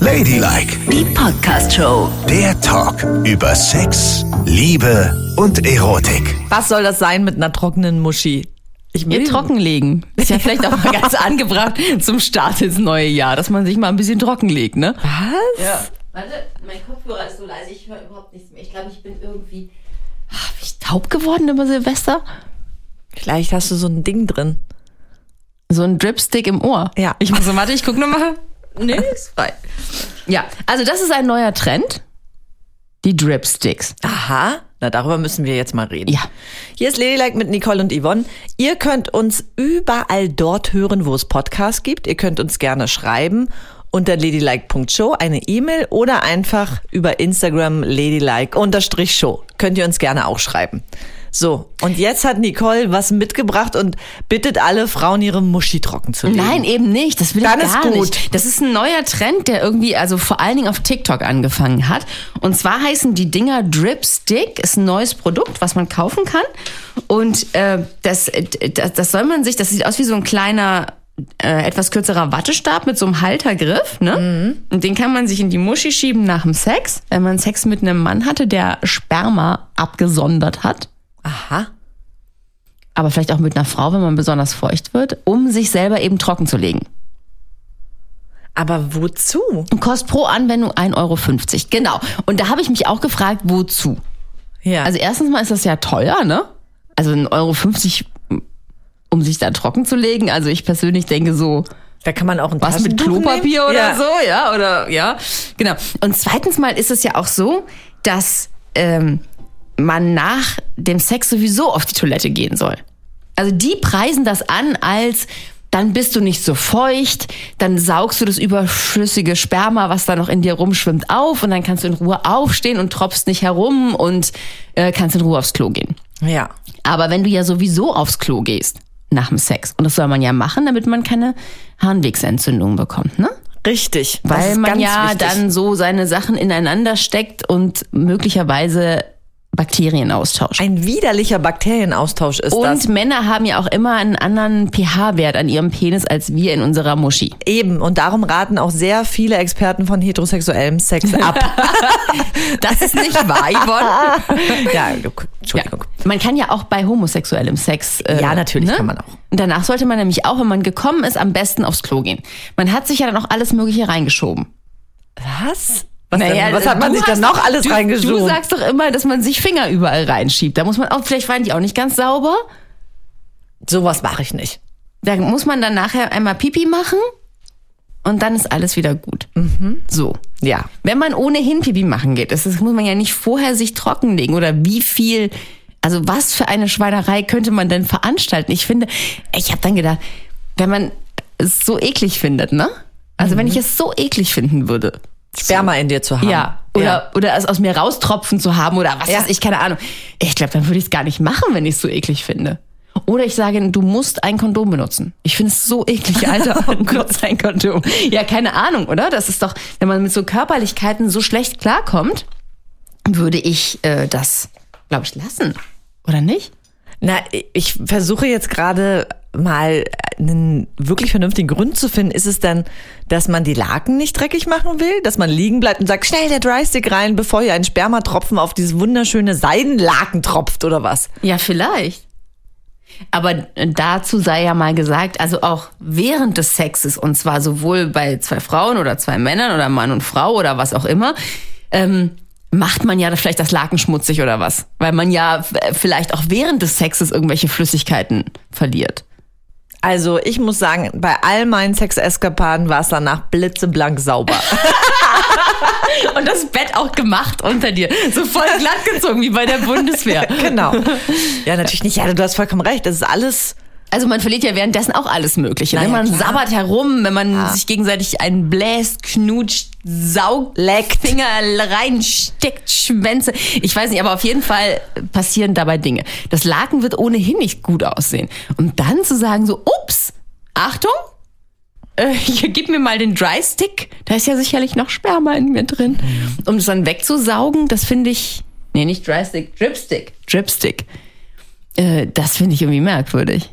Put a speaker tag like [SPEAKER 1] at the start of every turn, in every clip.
[SPEAKER 1] Ladylike,
[SPEAKER 2] Die Podcast-Show.
[SPEAKER 1] der Talk über Sex, Liebe und Erotik.
[SPEAKER 3] Was soll das sein mit einer trockenen Muschi? Ich
[SPEAKER 4] Ihr
[SPEAKER 3] will-
[SPEAKER 4] trockenlegen. Ist ja vielleicht auch mal ganz angebracht zum Start ins neue Jahr, dass man sich mal ein bisschen trockenlegt, ne?
[SPEAKER 3] Was?
[SPEAKER 5] Warte, mein Kopfhörer ist so leise, ich höre überhaupt nichts mehr. Ich glaube, ich bin irgendwie.
[SPEAKER 4] Bin ich taub geworden über Silvester?
[SPEAKER 3] Vielleicht hast du so ein Ding drin.
[SPEAKER 4] So ein Dripstick im Ohr.
[SPEAKER 3] Ja.
[SPEAKER 4] Ich muss so, warte, ich guck nochmal. Nee, ist frei. Ja, also das ist ein neuer Trend. Die Dripsticks.
[SPEAKER 3] Aha. Na, darüber müssen wir jetzt mal reden.
[SPEAKER 4] Ja.
[SPEAKER 3] Hier ist Ladylike mit Nicole und Yvonne. Ihr könnt uns überall dort hören, wo es Podcasts gibt. Ihr könnt uns gerne schreiben unter ladylike.show eine E-Mail oder einfach über Instagram ladylike-show. Könnt ihr uns gerne auch schreiben. So, und jetzt hat Nicole was mitgebracht und bittet alle Frauen, ihre Muschi trocken zu legen.
[SPEAKER 4] Nein, eben nicht. Das will
[SPEAKER 3] Dann
[SPEAKER 4] ich
[SPEAKER 3] ist
[SPEAKER 4] gar
[SPEAKER 3] gut.
[SPEAKER 4] nicht. Das ist ein neuer Trend, der irgendwie, also vor allen Dingen auf TikTok angefangen hat. Und zwar heißen die Dinger Dripstick. Ist ein neues Produkt, was man kaufen kann. Und äh, das, äh, das, das soll man sich, das sieht aus wie so ein kleiner, äh, etwas kürzerer Wattestab mit so einem Haltergriff. Ne?
[SPEAKER 3] Mhm.
[SPEAKER 4] Und den kann man sich in die Muschi schieben nach dem Sex. Wenn man Sex mit einem Mann hatte, der Sperma abgesondert hat
[SPEAKER 3] Aha.
[SPEAKER 4] aber vielleicht auch mit einer Frau, wenn man besonders feucht wird, um sich selber eben trocken zu legen.
[SPEAKER 3] Aber wozu?
[SPEAKER 4] Und kostet pro Anwendung 1,50 Euro. Genau. Und da habe ich mich auch gefragt, wozu?
[SPEAKER 3] Ja.
[SPEAKER 4] Also erstens mal ist das ja teuer, ne? Also 1,50 Euro, um sich da trocken zu legen. Also ich persönlich denke so,
[SPEAKER 3] Da kann man auch ein
[SPEAKER 4] was mit
[SPEAKER 3] Taschentuch
[SPEAKER 4] Klopapier
[SPEAKER 3] nehmen?
[SPEAKER 4] oder
[SPEAKER 3] ja.
[SPEAKER 4] so, ja, oder ja, genau. Und zweitens mal ist es ja auch so, dass ähm, man nach dem Sex sowieso auf die Toilette gehen soll. Also die preisen das an als dann bist du nicht so feucht, dann saugst du das überschüssige Sperma, was da noch in dir rumschwimmt, auf und dann kannst du in Ruhe aufstehen und tropfst nicht herum und äh, kannst in Ruhe aufs Klo gehen.
[SPEAKER 3] Ja.
[SPEAKER 4] Aber wenn du ja sowieso aufs Klo gehst nach dem Sex, und das soll man ja machen, damit man keine Harnwegsentzündung bekommt, ne?
[SPEAKER 3] Richtig. Das
[SPEAKER 4] Weil
[SPEAKER 3] ist
[SPEAKER 4] man
[SPEAKER 3] ganz
[SPEAKER 4] ja
[SPEAKER 3] wichtig.
[SPEAKER 4] dann so seine Sachen ineinander steckt und möglicherweise Bakterien austauscht.
[SPEAKER 3] Ein widerlicher Bakterienaustausch ist
[SPEAKER 4] und
[SPEAKER 3] das.
[SPEAKER 4] Männer haben ja auch immer einen anderen pH-Wert an ihrem Penis als wir in unserer Muschi.
[SPEAKER 3] Eben. Und darum raten auch sehr viele Experten von heterosexuellem Sex ab.
[SPEAKER 4] Das ist nicht wahr, Yvonne.
[SPEAKER 3] ja, Entschuldigung.
[SPEAKER 4] Man kann ja auch bei homosexuellem Sex. äh,
[SPEAKER 3] Ja, natürlich kann man auch.
[SPEAKER 4] Und danach sollte man nämlich auch, wenn man gekommen ist, am besten aufs Klo gehen. Man hat sich ja dann auch alles Mögliche reingeschoben.
[SPEAKER 3] Was? Was,
[SPEAKER 4] Naja, also
[SPEAKER 3] denn, was hat man
[SPEAKER 4] du
[SPEAKER 3] sich dann
[SPEAKER 4] hast
[SPEAKER 3] noch
[SPEAKER 4] doch-
[SPEAKER 3] alles
[SPEAKER 4] du,
[SPEAKER 3] reingeschoben?
[SPEAKER 4] Du sagst doch immer, dass man sich Finger überall reinschiebt. Da muss man auch, vielleicht waren die auch nicht ganz sauber.
[SPEAKER 3] Sowas mache ich nicht.
[SPEAKER 4] Da muss man dann nachher einmal Pipi machen und dann ist alles wieder gut. So.
[SPEAKER 3] Mhm. Ja.
[SPEAKER 4] Wenn man ohnehin Pipi machen geht, das ist- muss man ja nicht vorher sich trockenlegen oder wie viel, also was für eine Schweinerei könnte man denn veranstalten? Ich finde, ich habe dann gedacht, wenn man es so eklig findet, ne? Also
[SPEAKER 3] Mhm.
[SPEAKER 4] wenn ich es so eklig finden würde,
[SPEAKER 3] Sperma in dir zu haben.
[SPEAKER 4] ja, oder, oder es aus mir raustropfen zu haben oder was
[SPEAKER 3] Ja.
[SPEAKER 4] weiß ich, keine Ahnung. Ich glaube, dann würde ich es gar nicht machen, wenn ich es so eklig finde. Oder ich sage, du musst ein Kondom benutzen. Ich finde es so eklig, Alter. Und kurz ein Kondom. Ja, keine Ahnung, oder? Das ist doch, wenn man mit so Körperlichkeiten so schlecht klarkommt, würde ich äh, das, glaube ich, lassen. Oder nicht?
[SPEAKER 3] Na, ich versuche jetzt gerade mal einen wirklich vernünftigen Grund zu finden. Ist es dann, dass man die Laken nicht dreckig machen will? Dass man liegen bleibt und sagt, schnell der Drystick rein, bevor hier ein Spermatropfen auf dieses wunderschöne Seidenlaken tropft oder was?
[SPEAKER 4] Ja, vielleicht. Aber dazu sei ja mal gesagt, also auch während des Sexes, und zwar sowohl bei zwei Frauen oder zwei Männern oder Mann und Frau oder was auch immer, ähm, macht man ja vielleicht das Laken schmutzig oder was. Weil man ja f- vielleicht auch während des Sexes irgendwelche Flüssigkeiten verliert.
[SPEAKER 3] Also ich muss sagen, bei all meinen Sexeskapaden war es danach blitzeblank sauber.
[SPEAKER 4] Und das Bett auch gemacht unter dir. So voll glatt gezogen wie bei der Bundeswehr.
[SPEAKER 3] genau. Ja, natürlich nicht. Ja, du hast vollkommen recht. Das ist alles.
[SPEAKER 4] Also man verliert ja währenddessen auch alles Mögliche.
[SPEAKER 3] Na
[SPEAKER 4] Wenn
[SPEAKER 3] ja,
[SPEAKER 4] man
[SPEAKER 3] klar.
[SPEAKER 4] sabbert herum, wenn man sich gegenseitig einen bläst, knutscht, saugt, leckt, Finger reinsteckt, Schwänze. Ich weiß nicht, aber auf jeden Fall passieren dabei Dinge. Das Laken wird ohnehin nicht gut aussehen. Und dann zu sagen so, ups, Achtung, äh, hier, gib mir mal den Dry Stick. Da ist ja sicherlich noch Sperma in mir drin. Um das dann wegzusaugen, das finde ich, nee, nicht Dry Stick, Dripstick, Dripstick. Äh, das finde ich irgendwie merkwürdig.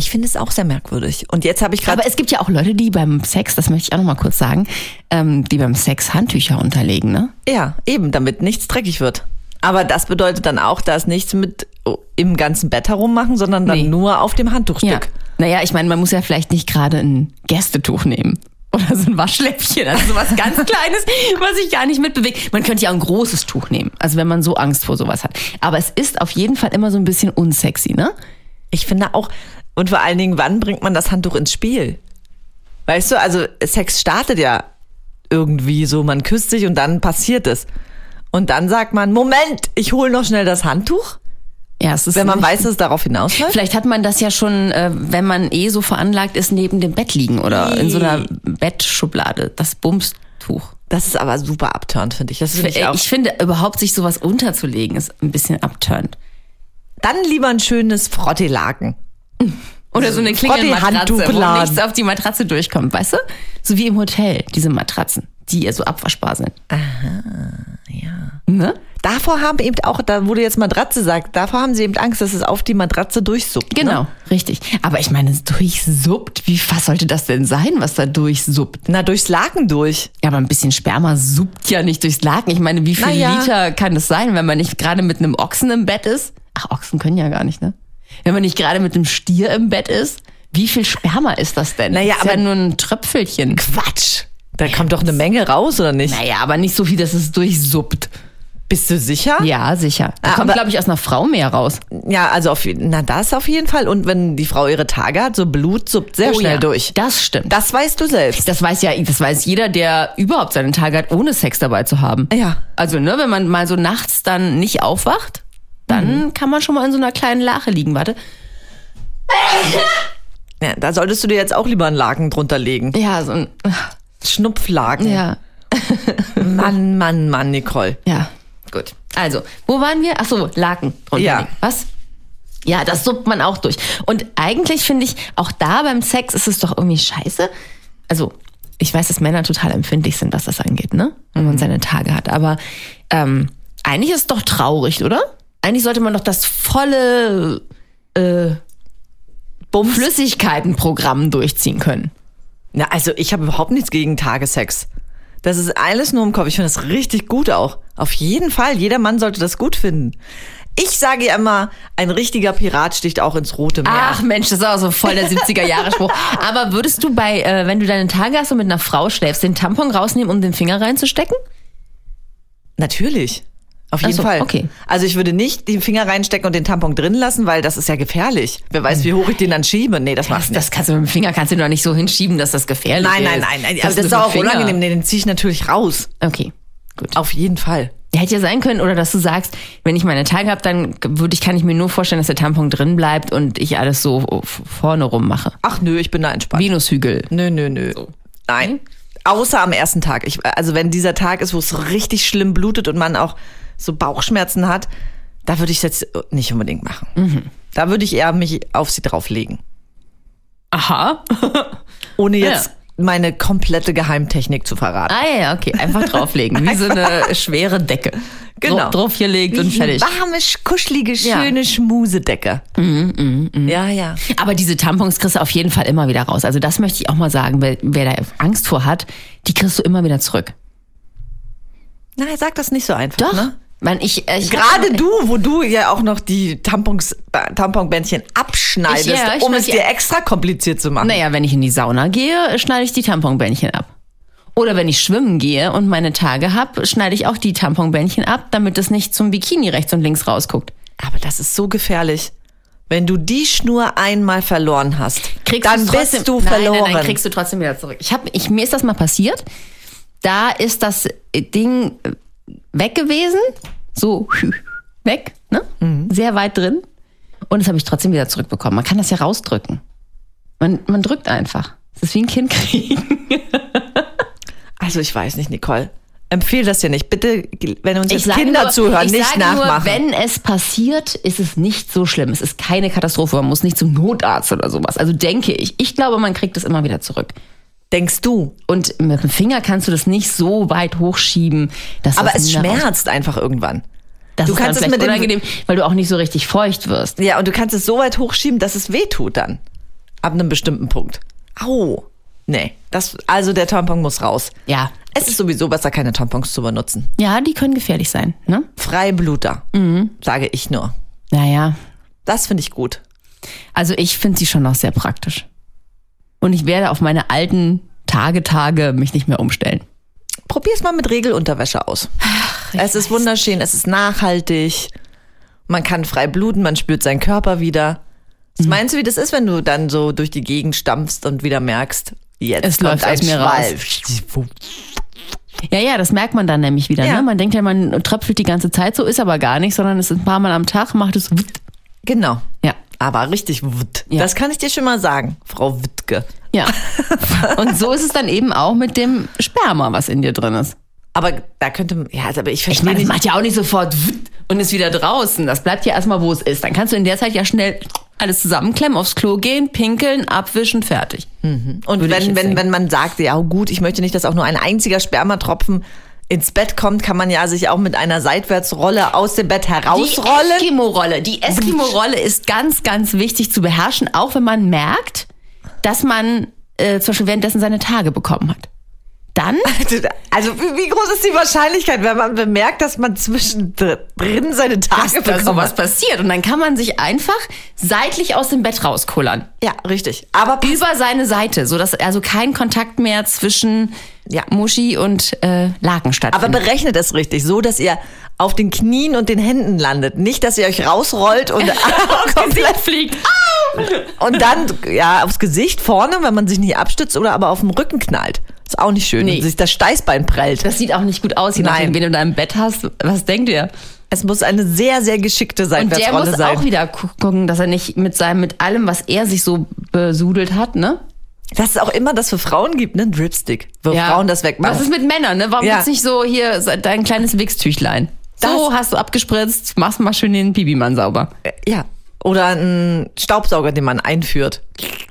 [SPEAKER 3] Ich finde es auch sehr merkwürdig. Und jetzt habe ich gerade.
[SPEAKER 4] Aber es gibt ja auch Leute, die beim Sex, das möchte ich auch nochmal kurz sagen, ähm, die beim Sex Handtücher unterlegen, ne?
[SPEAKER 3] Ja, eben, damit nichts dreckig wird. Aber das bedeutet dann auch, dass nichts mit oh, im ganzen Bett herummachen, sondern dann
[SPEAKER 4] Nee.
[SPEAKER 3] nur auf dem Handtuchstück.
[SPEAKER 4] Ja. Naja, ich meine, man muss ja vielleicht nicht gerade ein Gästetuch nehmen. Oder so ein Waschläppchen, also sowas ganz Kleines, was sich gar nicht mitbewegt. Man könnte ja ein großes Tuch nehmen, also wenn man so Angst vor sowas hat. Aber es ist auf jeden Fall immer so ein bisschen unsexy, ne?
[SPEAKER 3] Ich finde auch, und vor allen Dingen, wann bringt man das Handtuch ins Spiel? Weißt du, also Sex startet ja irgendwie so, man küsst sich und dann passiert es. Und dann sagt man, Moment, ich hole noch schnell das Handtuch,
[SPEAKER 4] Ja, es ist
[SPEAKER 3] wenn man
[SPEAKER 4] nicht-
[SPEAKER 3] weiß, dass es darauf hinausläuft.
[SPEAKER 4] Vielleicht hat man das ja schon, äh, wenn man eh so veranlagt ist, neben dem Bett liegen oder in so einer Bettschublade, das Bumstuch.
[SPEAKER 3] Das ist aber super abturnt, finde ich. Das finde ich
[SPEAKER 4] Äh,
[SPEAKER 3] auch.
[SPEAKER 4] Ich finde, überhaupt sich sowas unterzulegen, ist ein bisschen abturnt.
[SPEAKER 3] Dann lieber ein schönes Frottelaken.
[SPEAKER 4] Oder so eine
[SPEAKER 3] Frotteehandtuch
[SPEAKER 4] Klingelmatratze, wo
[SPEAKER 3] laden.
[SPEAKER 4] nichts auf die Matratze durchkommt, weißt du? So wie im Hotel, diese Matratzen, die ja so abwaschbar sind. Aha, ja. Ne?
[SPEAKER 3] Davor haben eben auch, da wurde jetzt Matratze sagt, davor haben sie eben Angst, dass es auf die Matratze durchsuppt. Ne?
[SPEAKER 4] Genau, richtig. Aber ich meine, es durchsuppt, wie, was sollte das denn sein, was da durchsuppt?
[SPEAKER 3] Na, durchs Laken durch.
[SPEAKER 4] Ja, aber ein bisschen Sperma suppt ja nicht durchs Laken. Ich meine, wie viel
[SPEAKER 3] Naja.
[SPEAKER 4] Liter kann das sein, wenn man nicht gerade mit einem Ochsen im Bett ist? Ach, Ochsen können ja gar nicht, ne? Wenn man nicht gerade mit einem Stier im Bett ist, wie viel Sperma ist das denn?
[SPEAKER 3] Naja,
[SPEAKER 4] das ist
[SPEAKER 3] aber-
[SPEAKER 4] ja nur ein Tröpfelchen.
[SPEAKER 3] Quatsch. Da kommt doch eine Menge raus, oder nicht?
[SPEAKER 4] Naja, aber nicht so viel, dass es durchsuppt.
[SPEAKER 3] Bist du sicher?
[SPEAKER 4] Ja, sicher. Da
[SPEAKER 3] Ah,
[SPEAKER 4] kommt,
[SPEAKER 3] aber-
[SPEAKER 4] glaube ich, aus einer Frau mehr raus.
[SPEAKER 3] Ja, also auf, na das auf jeden Fall. Und wenn die Frau ihre Tage hat, so Blut suppt sehr
[SPEAKER 4] Oh
[SPEAKER 3] schnell
[SPEAKER 4] ja,
[SPEAKER 3] durch.
[SPEAKER 4] Das stimmt.
[SPEAKER 3] Das weißt du selbst.
[SPEAKER 4] das weiß ja, das weiß jeder, der überhaupt seinen Tag hat, ohne Sex dabei zu haben.
[SPEAKER 3] Ja.
[SPEAKER 4] Also, ne, wenn man mal so nachts dann nicht aufwacht, dann kann man schon mal in so einer kleinen Lache liegen. Warte.
[SPEAKER 3] Ja, da solltest du dir jetzt auch lieber einen Laken drunter legen.
[SPEAKER 4] Ja, so ein.
[SPEAKER 3] Schnupflaken.
[SPEAKER 4] Ja.
[SPEAKER 3] Mann, Mann, Mann, Nicole.
[SPEAKER 4] Ja. Gut. Also, wo waren wir? Ach so, Laken. drunter
[SPEAKER 3] Ja.
[SPEAKER 4] liegen. Was? Ja, das suppt man auch durch. Und eigentlich finde ich, auch da beim Sex ist es doch irgendwie scheiße. Also, ich weiß, dass Männer total empfindlich sind, was das angeht, ne? Wenn man seine Tage hat. Aber ähm, eigentlich ist es doch traurig, oder? Eigentlich sollte man doch das volle äh, Flüssigkeitenprogramm durchziehen können.
[SPEAKER 3] Na, also ich habe überhaupt nichts gegen Tagesex. Das ist alles nur im Kopf. Ich finde das richtig gut auch. Auf jeden Fall. Jeder Mann sollte das gut finden. Ich sage ja immer, ein richtiger Pirat sticht auch ins rote Meer.
[SPEAKER 4] Ach Mensch, das ist auch so voll der 70er-Jahre-Spruch. Aber würdest du bei, äh, wenn du deine Tage hast und mit einer Frau schläfst, den Tampon rausnehmen, um den Finger reinzustecken?
[SPEAKER 3] Natürlich. Auf jeden
[SPEAKER 4] so,
[SPEAKER 3] Fall.
[SPEAKER 4] okay.
[SPEAKER 3] Also ich würde nicht den Finger reinstecken und den Tampon drin lassen, weil das ist ja gefährlich. Wer weiß, wie hoch ich den dann schiebe. Nee, das
[SPEAKER 4] Das,
[SPEAKER 3] machst du nicht.
[SPEAKER 4] das kannst du mit dem Finger kannst du doch nicht so hinschieben, dass das gefährlich
[SPEAKER 3] Nein,
[SPEAKER 4] ist.
[SPEAKER 3] nein, nein, nein.
[SPEAKER 4] Was
[SPEAKER 3] Also das
[SPEAKER 4] mit
[SPEAKER 3] ist
[SPEAKER 4] dem
[SPEAKER 3] auch
[SPEAKER 4] Finger?
[SPEAKER 3] unangenehm. Nee, den ziehe ich natürlich raus.
[SPEAKER 4] Okay. Gut.
[SPEAKER 3] Auf jeden Fall.
[SPEAKER 4] Hätte ja sein können, oder dass du sagst, wenn ich meine Tage habe, dann würde ich, kann ich mir nur vorstellen, dass der Tampon drin bleibt und ich alles so f- vorne rum mache.
[SPEAKER 3] Ach nö, ich bin da entspannt.
[SPEAKER 4] Venushügel.
[SPEAKER 3] Nö, nö, nö. Nein. Außer am ersten Tag. Ich, also wenn dieser Tag ist, wo es richtig schlimm blutet und man auch so Bauchschmerzen hat, da würde ich es jetzt nicht unbedingt machen. Da würde ich eher mich auf sie drauflegen.
[SPEAKER 4] Aha.
[SPEAKER 3] Ohne jetzt
[SPEAKER 4] Ja.
[SPEAKER 3] meine komplette Geheimtechnik zu verraten.
[SPEAKER 4] Ah ja, ja, okay. Einfach drauflegen. Wie so eine schwere Decke.
[SPEAKER 3] Genau.
[SPEAKER 4] Dra- Draufgelegt und fertig.
[SPEAKER 3] Warme, sch- kuschelige,
[SPEAKER 4] Ja.
[SPEAKER 3] schöne Schmusedecke. Ja, ja.
[SPEAKER 4] Aber diese Tampons kriegst du auf jeden Fall immer wieder raus. Also das möchte ich auch mal sagen, wer, wer da Angst vor hat, die kriegst du immer wieder zurück.
[SPEAKER 3] Na, sag das nicht so einfach.
[SPEAKER 4] Doch.
[SPEAKER 3] Ne?
[SPEAKER 4] Man, ich, äh, ich
[SPEAKER 3] Gerade du, wo du ja auch noch die Tampons, Tamponbändchen abschneidest,
[SPEAKER 4] Ich- ja, ich
[SPEAKER 3] um
[SPEAKER 4] schneid
[SPEAKER 3] es
[SPEAKER 4] die
[SPEAKER 3] dir extra kompliziert zu machen.
[SPEAKER 4] Naja, wenn ich in die Sauna gehe, schneide ich die Tamponbändchen ab. Oder wenn ich schwimmen gehe und meine Tage hab, schneide ich auch die Tamponbändchen ab, damit es nicht zum Bikini rechts und links rausguckt.
[SPEAKER 3] Aber das ist so gefährlich. Wenn du die Schnur einmal verloren hast,
[SPEAKER 4] Kriegst
[SPEAKER 3] dann
[SPEAKER 4] du's trotzdem,
[SPEAKER 3] bist du
[SPEAKER 4] nein,
[SPEAKER 3] verloren.
[SPEAKER 4] Nein, nein, kriegst du trotzdem wieder zurück. Ich hab, ich, mir ist das mal passiert. Da ist das äh, Ding weg gewesen. So weg, ne?
[SPEAKER 3] Mhm.
[SPEAKER 4] Sehr weit drin. Und das habe ich trotzdem wieder zurückbekommen. Man kann das ja rausdrücken. Man, man drückt einfach. Es ist wie ein Kind kriegen.
[SPEAKER 3] also ich weiß nicht, Nicole. Empfehle das dir nicht. Bitte, wenn uns jetzt
[SPEAKER 4] sage
[SPEAKER 3] Kinder
[SPEAKER 4] nur-
[SPEAKER 3] zuhören,
[SPEAKER 4] ich
[SPEAKER 3] nicht
[SPEAKER 4] sage
[SPEAKER 3] nachmachen.
[SPEAKER 4] Nur, wenn es passiert, ist es nicht so schlimm. Es ist keine Katastrophe. Man muss nicht zum Notarzt oder sowas. Also denke ich. Ich glaube, man kriegt es immer wieder zurück.
[SPEAKER 3] Denkst du?
[SPEAKER 4] Und mit dem Finger kannst du das nicht so weit hochschieben, dass
[SPEAKER 3] Aber
[SPEAKER 4] das
[SPEAKER 3] es
[SPEAKER 4] Kinder raus-
[SPEAKER 3] schmerzt einfach irgendwann.
[SPEAKER 4] Das
[SPEAKER 3] Du
[SPEAKER 4] ist dann
[SPEAKER 3] kannst es
[SPEAKER 4] vielleicht
[SPEAKER 3] mit dem-
[SPEAKER 4] unangenehm, weil du auch nicht so richtig feucht wirst.
[SPEAKER 3] Ja, und du kannst es so weit hochschieben, dass es weh tut dann. Ab einem bestimmten Punkt. Au. Nee, das, also der Tampon muss raus.
[SPEAKER 4] Ja.
[SPEAKER 3] Es ist sowieso besser, keine Tampons zu benutzen.
[SPEAKER 4] Ja, die können gefährlich sein, ne?
[SPEAKER 3] Freibluter,
[SPEAKER 4] Mhm.
[SPEAKER 3] sage ich nur.
[SPEAKER 4] Naja.
[SPEAKER 3] Das finde ich gut.
[SPEAKER 4] Also ich finde sie schon noch sehr praktisch. Und ich werde auf meine alten Tage, Tage mich nicht mehr umstellen.
[SPEAKER 3] Probier's mal mit Regelunterwäsche aus. es ist wunderschön, es ist nachhaltig. Man kann frei bluten, man spürt seinen Körper wieder. Was
[SPEAKER 4] Mhm.
[SPEAKER 3] meinst du, wie das ist, wenn du dann so durch die Gegend stampfst und wieder merkst, jetzt
[SPEAKER 4] Es
[SPEAKER 3] kommt
[SPEAKER 4] läuft
[SPEAKER 3] ein
[SPEAKER 4] aus mir
[SPEAKER 3] Schwall.
[SPEAKER 4] Ja, ja, das merkt man dann nämlich wieder.
[SPEAKER 3] Ja.
[SPEAKER 4] Ne? Man denkt ja, man tröpfelt die ganze Zeit so, ist aber gar nicht, sondern es ist ein paar Mal am Tag, macht es. wutt.
[SPEAKER 3] Genau.
[SPEAKER 4] Ja.
[SPEAKER 3] Aber richtig wutt.
[SPEAKER 4] Ja.
[SPEAKER 3] Das kann ich dir schon mal sagen, Frau Wittke.
[SPEAKER 4] Ja. Und so ist es dann eben auch mit dem Sperma, was in dir drin ist.
[SPEAKER 3] Aber da könnte, ja, aber ich
[SPEAKER 4] Ich
[SPEAKER 3] verstehe
[SPEAKER 4] meine, es
[SPEAKER 3] nicht.
[SPEAKER 4] Also macht ja auch nicht sofort wutt und ist wieder draußen. Das bleibt ja erstmal, wo es ist. Dann kannst du in der Zeit ja schnell alles zusammenklemmen, aufs Klo gehen, pinkeln, abwischen, fertig.
[SPEAKER 3] Und
[SPEAKER 4] würde ich
[SPEAKER 3] wenn,
[SPEAKER 4] jetzt
[SPEAKER 3] wenn,
[SPEAKER 4] denken.
[SPEAKER 3] wenn man sagt, ja gut, ich möchte nicht, dass auch nur ein einziger Spermatropfen ins Bett kommt, kann man ja sich auch mit einer Seitwärtsrolle aus dem Bett
[SPEAKER 4] Die
[SPEAKER 3] herausrollen.
[SPEAKER 4] Eskimo-Rolle. Die Eskimo-Rolle ist ganz, ganz wichtig zu beherrschen, auch wenn man merkt, dass man äh, zum Beispiel währenddessen seine Tage bekommen hat. Dann
[SPEAKER 3] Also wie wie groß ist die Wahrscheinlichkeit, wenn man bemerkt, dass man zwischendrin seine Tage
[SPEAKER 4] ist da
[SPEAKER 3] bekommt?
[SPEAKER 4] sowas passiert und dann kann man sich einfach seitlich aus dem Bett rauskullern.
[SPEAKER 3] Ja, richtig. Aber pass-
[SPEAKER 4] Über seine Seite, sodass also kein Kontakt mehr zwischen
[SPEAKER 3] Ja.
[SPEAKER 4] Muschi und äh, Laken
[SPEAKER 3] aber
[SPEAKER 4] stattfindet.
[SPEAKER 3] berechnet es richtig, so dass ihr auf den Knien und den Händen landet, nicht, dass ihr euch rausrollt und komplett
[SPEAKER 4] fliegt.
[SPEAKER 3] und dann ja aufs Gesicht vorne, wenn man sich nicht abstützt oder aber auf dem Rücken knallt. Ist auch nicht schön,
[SPEAKER 4] Nee.
[SPEAKER 3] wenn sich das Steißbein prellt.
[SPEAKER 4] Das sieht auch nicht gut aus, je
[SPEAKER 3] Nein.
[SPEAKER 4] nachdem, wen du da im Bett hast. Was denkt ihr?
[SPEAKER 3] Es muss eine sehr, sehr geschickte
[SPEAKER 4] Und der muss
[SPEAKER 3] Seitwärtsrolle
[SPEAKER 4] auch
[SPEAKER 3] sein.
[SPEAKER 4] wieder gucken, dass er nicht mit seinem, mit allem, was er sich so besudelt hat, ne?
[SPEAKER 3] Dass es auch immer das für Frauen gibt, ne? Ein Dripstick. Wo Frauen das wegmachen.
[SPEAKER 4] Was ist mit Männern, ne? Warum
[SPEAKER 3] Ja.
[SPEAKER 4] gibt's nicht so hier so dein kleines Wichstüchlein? So hast du abgespritzt, machst mal schön den Bibimann sauber.
[SPEAKER 3] Äh, ja. Oder ein Staubsauger, den man einführt,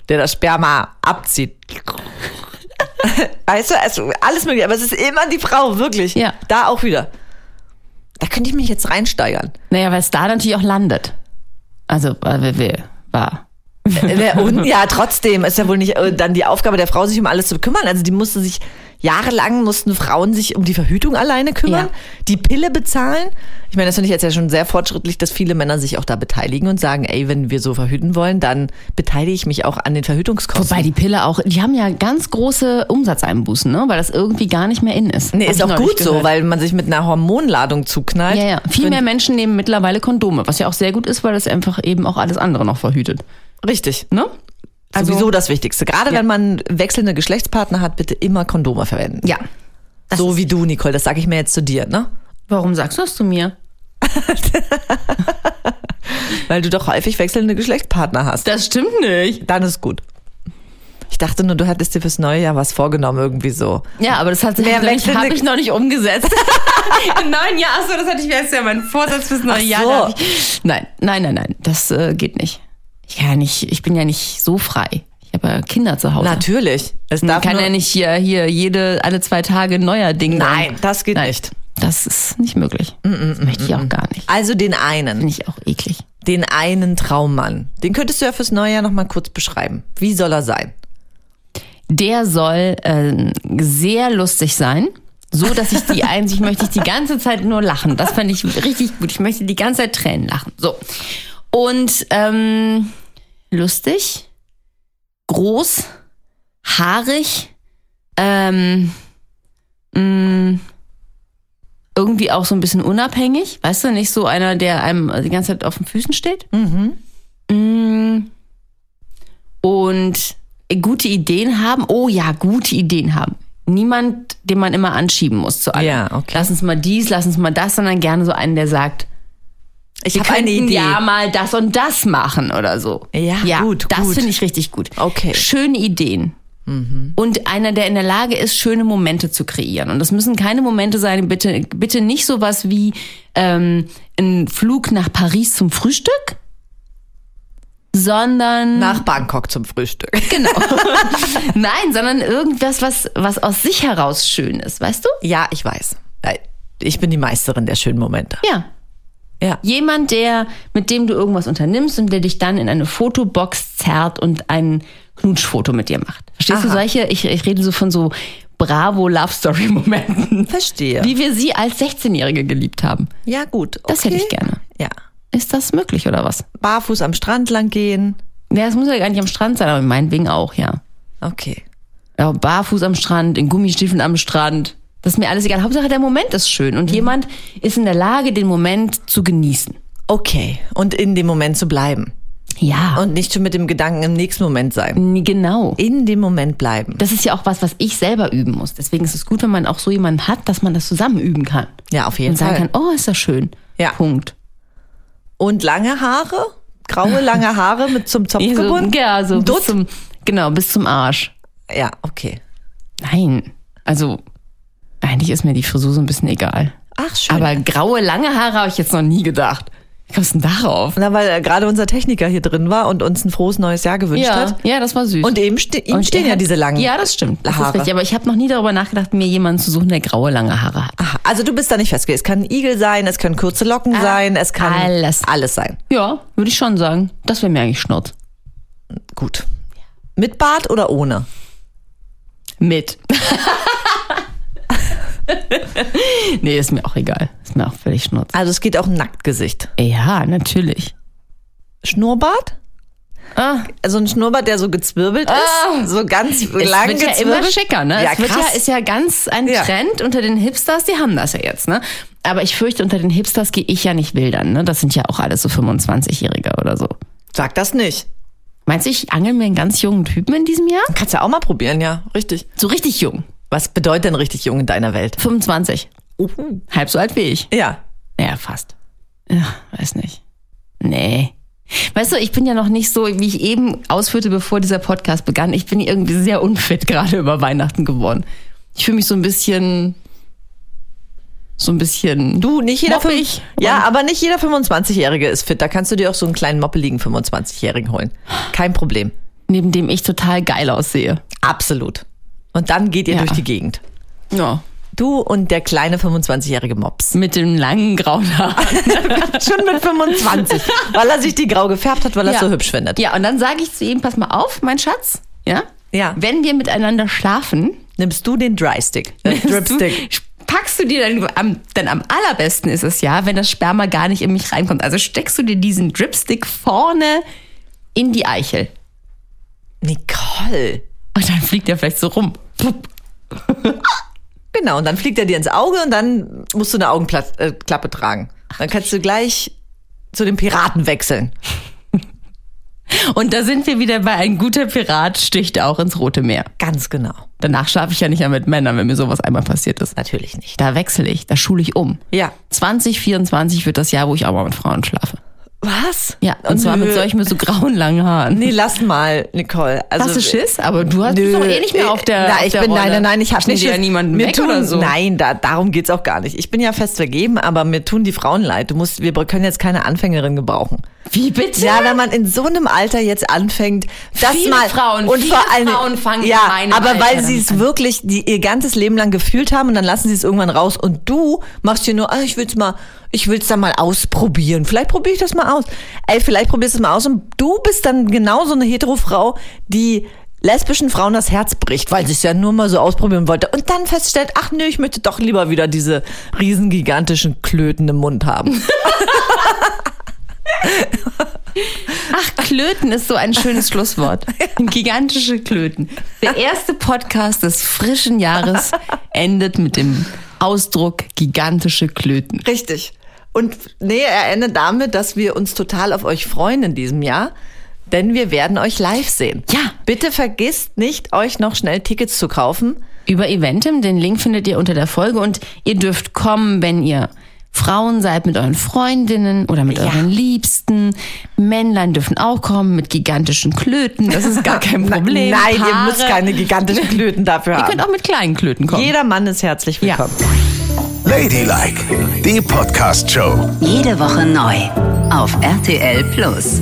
[SPEAKER 3] der das Sperma abzieht. weißt du, also alles mögliche. Aber es ist immer die Frau, wirklich.
[SPEAKER 4] Ja.
[SPEAKER 3] Da auch wieder. Da könnte ich mich jetzt reinsteigern.
[SPEAKER 4] Naja, weil es da natürlich auch landet. Also, äh, wer will, war.
[SPEAKER 3] Äh, Und ja, trotzdem ist ja wohl nicht äh, dann die Aufgabe der Frau, sich um alles zu kümmern. Also die musste sich jahrelang mussten Frauen sich um die Verhütung alleine kümmern,
[SPEAKER 4] Ja.
[SPEAKER 3] die Pille bezahlen. Ich meine, das finde ich jetzt ja schon sehr fortschrittlich, dass viele Männer sich auch da beteiligen und sagen, ey, wenn wir so verhüten wollen, dann beteilige ich mich auch an den Verhütungskosten.
[SPEAKER 4] Wobei die Pille auch, die haben ja ganz große Umsatzeinbußen, ne? Weil das irgendwie gar nicht mehr in ist.
[SPEAKER 3] nee,
[SPEAKER 4] Hab
[SPEAKER 3] ist
[SPEAKER 4] ich
[SPEAKER 3] auch
[SPEAKER 4] neulich
[SPEAKER 3] gut so,
[SPEAKER 4] gehört.
[SPEAKER 3] weil man sich mit einer Hormonladung zuknallt.
[SPEAKER 4] Ja, ja. Viel
[SPEAKER 3] Und-
[SPEAKER 4] mehr Menschen nehmen mittlerweile Kondome, was ja auch sehr gut ist, weil das einfach eben auch alles andere noch verhütet.
[SPEAKER 3] Richtig.
[SPEAKER 4] Ne?
[SPEAKER 3] Sowieso das Wichtigste. Gerade wenn man wechselnde Geschlechtspartner hat, bitte immer Kondome verwenden.
[SPEAKER 4] Ja.
[SPEAKER 3] So wie du, Nicole, das sage ich mir jetzt zu dir, ne?
[SPEAKER 4] Warum sagst du das zu mir?
[SPEAKER 3] Weil du doch häufig wechselnde Geschlechtspartner hast.
[SPEAKER 4] Das stimmt nicht.
[SPEAKER 3] Dann ist gut. Ich dachte nur, du hattest dir fürs neue Jahr was vorgenommen, irgendwie so.
[SPEAKER 4] Ja, aber das hat
[SPEAKER 3] Wer
[SPEAKER 4] habe ich,
[SPEAKER 3] wechselt
[SPEAKER 4] hab
[SPEAKER 3] eine-
[SPEAKER 4] ich noch nicht umgesetzt. Im neuen Jahr, achso, das hatte ich erst ja mein Vorsatz fürs neue
[SPEAKER 3] Ach
[SPEAKER 4] Jahr.
[SPEAKER 3] so.
[SPEAKER 4] da hab Ich, nein, nein, nein, nein, das äh, geht nicht. Ich kann ja nicht, ich bin ja nicht so frei. Ich habe ja Kinder zu Hause.
[SPEAKER 3] Natürlich. Es
[SPEAKER 4] Man
[SPEAKER 3] darf
[SPEAKER 4] Hm, kann
[SPEAKER 3] nur,
[SPEAKER 4] ja nicht hier, hier jede, alle zwei Tage ein neuer Ding
[SPEAKER 3] Nein,
[SPEAKER 4] sein.
[SPEAKER 3] das geht
[SPEAKER 4] Nein, Mm,
[SPEAKER 3] nicht.
[SPEAKER 4] Das ist nicht möglich. Das möchte ich auch gar nicht.
[SPEAKER 3] Also den einen,
[SPEAKER 4] Finde ich auch eklig.
[SPEAKER 3] den einen Traummann. Den könntest du ja fürs neue Jahr nochmal kurz beschreiben. Wie soll er sein?
[SPEAKER 4] der soll ähm, sehr lustig sein. So, dass ich die einzig möchte ich die ganze Zeit nur lachen. Das fand ich richtig gut. Ich möchte die ganze Zeit Tränen lachen. So. Und ähm, lustig, groß, haarig, ähm, mh, irgendwie auch so ein bisschen unabhängig. Weißt du, nicht so einer, der einem die ganze Zeit auf den Füßen steht.
[SPEAKER 3] Mhm.
[SPEAKER 4] Mm. Und gute Ideen haben. Oh ja, gute Ideen haben. Niemand, den man immer anschieben muss zu allem.
[SPEAKER 3] Ja, okay.
[SPEAKER 4] Lass uns mal dies, lass uns mal das, sondern gerne so einen, der sagt,
[SPEAKER 3] Ich
[SPEAKER 4] wir
[SPEAKER 3] habe eine
[SPEAKER 4] könnten
[SPEAKER 3] Idee.
[SPEAKER 4] ja mal das und das machen oder so.
[SPEAKER 3] Ja, gut,
[SPEAKER 4] Das
[SPEAKER 3] gut.
[SPEAKER 4] finde ich richtig gut.
[SPEAKER 3] Okay. Mhm.
[SPEAKER 4] Schöne Ideen. Und einer, der in der Lage ist, schöne Momente zu kreieren. Und das müssen keine Momente sein, bitte, bitte nicht sowas wie ähm, ein Flug nach Paris zum Frühstück, sondern
[SPEAKER 3] Nach Bangkok zum Frühstück.
[SPEAKER 4] nein, sondern irgendwas, was, was aus sich heraus schön ist, weißt du?
[SPEAKER 3] Äh, Ja, ich weiß. Ich bin die Meisterin der schönen Momente.
[SPEAKER 4] Ja.
[SPEAKER 3] Ja.
[SPEAKER 4] Jemand, der, mit dem du irgendwas unternimmst und der dich dann in eine Fotobox zerrt und ein Knutschfoto mit dir macht. Verstehst du
[SPEAKER 3] Aha.
[SPEAKER 4] solche? Ich, ich rede so von so Bravo Love Story Momenten.
[SPEAKER 3] Verstehe.
[SPEAKER 4] Wie wir sie als 16-Jährige geliebt haben.
[SPEAKER 3] Ja, gut.
[SPEAKER 4] Das hätte ich gerne.
[SPEAKER 3] Ja.
[SPEAKER 4] Ist das möglich oder was?
[SPEAKER 3] Barfuß am Strand lang gehen.
[SPEAKER 4] Ja, es muss ja gar nicht am Strand sein, aber meinetwegen auch, ja.
[SPEAKER 3] Okay.
[SPEAKER 4] ja. Barfuß am Strand, in Gummistiefeln am Strand. Das ist mir alles egal. Hauptsache der Moment ist schön und jemand ist in der Lage, den Moment zu genießen.
[SPEAKER 3] Okay. Und in dem Moment zu bleiben.
[SPEAKER 4] Ja.
[SPEAKER 3] Und nicht schon mit dem Gedanken im nächsten Moment sein.
[SPEAKER 4] Und genau.
[SPEAKER 3] In dem Moment bleiben.
[SPEAKER 4] Das ist ja auch was, was ich selber üben muss. Deswegen ist es gut, wenn man auch so jemanden hat, dass man das zusammen üben kann.
[SPEAKER 3] Ja, auf jeden
[SPEAKER 4] Und sagen
[SPEAKER 3] Fall.
[SPEAKER 4] kann, oh, ist das schön.
[SPEAKER 3] Ja.
[SPEAKER 4] Punkt.
[SPEAKER 3] Und lange Haare? Graue, lange Haare mit zum Zopf
[SPEAKER 4] Ja, so,
[SPEAKER 3] gebunden?
[SPEAKER 4] ja, so bis
[SPEAKER 3] Dutt?
[SPEAKER 4] zum, genau, bis zum Arsch.
[SPEAKER 3] Ja, okay.
[SPEAKER 4] Nein. Also, eigentlich ist mir die Frisur so ein bisschen egal.
[SPEAKER 3] Ach, schön.
[SPEAKER 4] Aber graue, lange Haare habe ich jetzt noch nie gedacht. Wie kommst du denn darauf?
[SPEAKER 3] Na, weil äh, gerade unser Techniker hier drin war und uns ein frohes neues Jahr gewünscht
[SPEAKER 4] Ja,
[SPEAKER 3] hat.
[SPEAKER 4] ja, das war süß.
[SPEAKER 3] Und eben ste ihm
[SPEAKER 4] Und
[SPEAKER 3] stehen
[SPEAKER 4] er
[SPEAKER 3] ja
[SPEAKER 4] hat-
[SPEAKER 3] diese langen.
[SPEAKER 4] Ja, das stimmt. Das
[SPEAKER 3] Haare.
[SPEAKER 4] ist richtig. Aber ich habe noch nie darüber nachgedacht, mir jemanden zu suchen, der graue, lange Haare hat.
[SPEAKER 3] Aha, also du bist da nicht festgelegt. Es kann ein Igel sein, es können kurze Locken sein, es kann
[SPEAKER 4] Ah, alles.
[SPEAKER 3] alles sein.
[SPEAKER 4] Ja, würde ich schon sagen. Das wäre mir eigentlich Schnurz.
[SPEAKER 3] Gut. Mit Bart oder ohne?
[SPEAKER 4] Mit. nee, ist mir auch egal. Ist mir auch völlig schnurz.
[SPEAKER 3] Also es geht auch ein Nacktgesicht.
[SPEAKER 4] Ja, natürlich.
[SPEAKER 3] Schnurrbart?
[SPEAKER 4] Ah,
[SPEAKER 3] Also ein Schnurrbart, der so gezwirbelt ist, so ganz
[SPEAKER 4] es
[SPEAKER 3] lang
[SPEAKER 4] wird ja
[SPEAKER 3] gezwirbelt.
[SPEAKER 4] immer schicker, ne?
[SPEAKER 3] Ja,
[SPEAKER 4] es wird
[SPEAKER 3] krass.
[SPEAKER 4] ja, ist ja ganz ein
[SPEAKER 3] Ja.
[SPEAKER 4] Trend unter den Hipsters, die haben das ja jetzt, ne? Aber ich fürchte, unter den Hipsters gehe ich ja nicht wildern, ne? Das sind ja auch alles so 25-Jährige oder so.
[SPEAKER 3] Sag das nicht.
[SPEAKER 4] Meinst du, ich angel mir einen ganz jungen Typen in diesem Jahr?
[SPEAKER 3] Kannst ja auch mal probieren, ja, richtig.
[SPEAKER 4] So richtig jung.
[SPEAKER 3] Was bedeutet denn richtig jung in deiner Welt?
[SPEAKER 4] 25. Halb so alt wie ich.
[SPEAKER 3] Oh. Ja.
[SPEAKER 4] Naja, fast. Ja, weiß nicht. Nee. Weißt du, ich bin ja noch nicht so, wie ich eben ausführte, bevor dieser Podcast begann. Ich bin irgendwie sehr unfit gerade über Weihnachten geworden. Ich fühle mich so ein bisschen. So ein bisschen.
[SPEAKER 3] Du, nicht jeder
[SPEAKER 4] Moppelig.
[SPEAKER 3] fünf- Ja, aber nicht jeder 25-Jährige ist fit. Da kannst du dir auch so einen kleinen moppeligen 25-Jährigen holen. Kein Problem.
[SPEAKER 4] Neben dem ich total geil aussehe.
[SPEAKER 3] Absolut. Und dann geht ihr
[SPEAKER 4] Ja.
[SPEAKER 3] durch die Gegend.
[SPEAKER 4] Ja.
[SPEAKER 3] Du und der kleine 25-jährige Mops.
[SPEAKER 4] Mit dem langen grauen Haar.
[SPEAKER 3] Schon mit 25. weil er sich die grau gefärbt hat, weil er es so hübsch findet.
[SPEAKER 4] Ja, und dann sage ich zu ihm, pass mal auf, mein Schatz. Ja?
[SPEAKER 3] Ja.
[SPEAKER 4] Wenn wir miteinander schlafen,
[SPEAKER 3] Nimmst du den Drystick? Den Dripstick.
[SPEAKER 4] Du, packst du dir dann am, denn am allerbesten ist es ja, wenn das Sperma gar nicht in mich reinkommt. Also steckst du dir diesen Dripstick vorne in die Eichel.
[SPEAKER 3] Nicole.
[SPEAKER 4] Und dann fliegt er vielleicht so rum. Pup.
[SPEAKER 3] Genau, und dann fliegt er dir ins Auge und dann musst du eine Augenklappe äh, Klappe tragen. Dann kannst du gleich zu den Piraten wechseln.
[SPEAKER 4] Und da sind wir wieder bei ein guter Pirat sticht auch ins Rote Meer.
[SPEAKER 3] Ganz genau.
[SPEAKER 4] Danach schlafe ich ja nicht mehr mit Männern, wenn mir sowas einmal passiert ist.
[SPEAKER 3] Natürlich nicht.
[SPEAKER 4] Da wechsle ich, da schule ich um.
[SPEAKER 3] Ja.
[SPEAKER 4] 2024 wird das Jahr, wo ich auch mal mit Frauen schlafe.
[SPEAKER 3] Was?
[SPEAKER 4] Ja, und zwar mit solchen mit so grauen langen Haaren.
[SPEAKER 3] Nee, lass mal, Nicole. Also,
[SPEAKER 4] Hast du Schiss? Aber du hast
[SPEAKER 3] Nö, Äh,
[SPEAKER 4] bist doch eh nicht mehr auf der.
[SPEAKER 3] Na,
[SPEAKER 4] auf
[SPEAKER 3] ich
[SPEAKER 4] der
[SPEAKER 3] bin,
[SPEAKER 4] Rolle.
[SPEAKER 3] nein, nein, nein, ich habe
[SPEAKER 4] Schnitt
[SPEAKER 3] nicht.
[SPEAKER 4] dir ja niemanden
[SPEAKER 3] mir
[SPEAKER 4] weg
[SPEAKER 3] tun,
[SPEAKER 4] oder so.
[SPEAKER 3] Nein, da, darum geht's auch gar nicht. Ich bin ja fest vergeben, aber mir tun die Frauen leid. Du musst, wir können jetzt keine Anfängerin gebrauchen.
[SPEAKER 4] Wie bitte?
[SPEAKER 3] Ja, wenn man in so einem Alter jetzt anfängt, das
[SPEAKER 4] Viele
[SPEAKER 3] mal
[SPEAKER 4] Frauen,
[SPEAKER 3] und
[SPEAKER 4] viele
[SPEAKER 3] vor allem,
[SPEAKER 4] Frauen fangen
[SPEAKER 3] ja,
[SPEAKER 4] in meinem
[SPEAKER 3] aber weil
[SPEAKER 4] Alter
[SPEAKER 3] sie es
[SPEAKER 4] damit
[SPEAKER 3] wirklich die, ihr ganzes Leben lang gefühlt haben und dann lassen sie es irgendwann raus und du machst dir nur, ah, ich will's mal, ich will's dann mal ausprobieren. Vielleicht probiere ich das mal aus. Ey, vielleicht probierst du es mal aus und du bist dann genau so eine hetero Frau, die lesbischen Frauen das Herz bricht, weil sie es ja nur mal so ausprobieren wollte und dann feststellt, ach nö, ich möchte doch lieber wieder diese riesengigantischen Klöten im Mund haben.
[SPEAKER 4] Ach, Klöten ist so ein schönes Schlusswort. Gigantische Klöten. Der erste Podcast des frischen Jahres endet mit dem Ausdruck gigantische Klöten.
[SPEAKER 3] Richtig. Und nee, er endet damit, dass wir uns total auf euch freuen in diesem Jahr, denn wir werden euch live sehen.
[SPEAKER 4] Ja.
[SPEAKER 3] Bitte vergisst nicht, euch noch schnell Tickets zu kaufen.
[SPEAKER 4] Über Eventim, den Link findet ihr unter der Folge und ihr dürft kommen, wenn ihr Frauen seid mit euren Freundinnen oder mit euren Liebsten. Männlein dürfen auch kommen mit gigantischen Klöten. Das ist gar kein Problem.
[SPEAKER 3] Nein, ihr
[SPEAKER 4] Paare.
[SPEAKER 3] müsst keine gigantischen Klöten dafür
[SPEAKER 4] Ihr
[SPEAKER 3] haben.
[SPEAKER 4] könnt auch mit kleinen Klöten kommen.
[SPEAKER 3] Jeder Mann ist herzlich
[SPEAKER 4] Ja.
[SPEAKER 3] willkommen.
[SPEAKER 1] Ladylike, die Podcast-Show.
[SPEAKER 2] Jede Woche neu auf RTL Plus.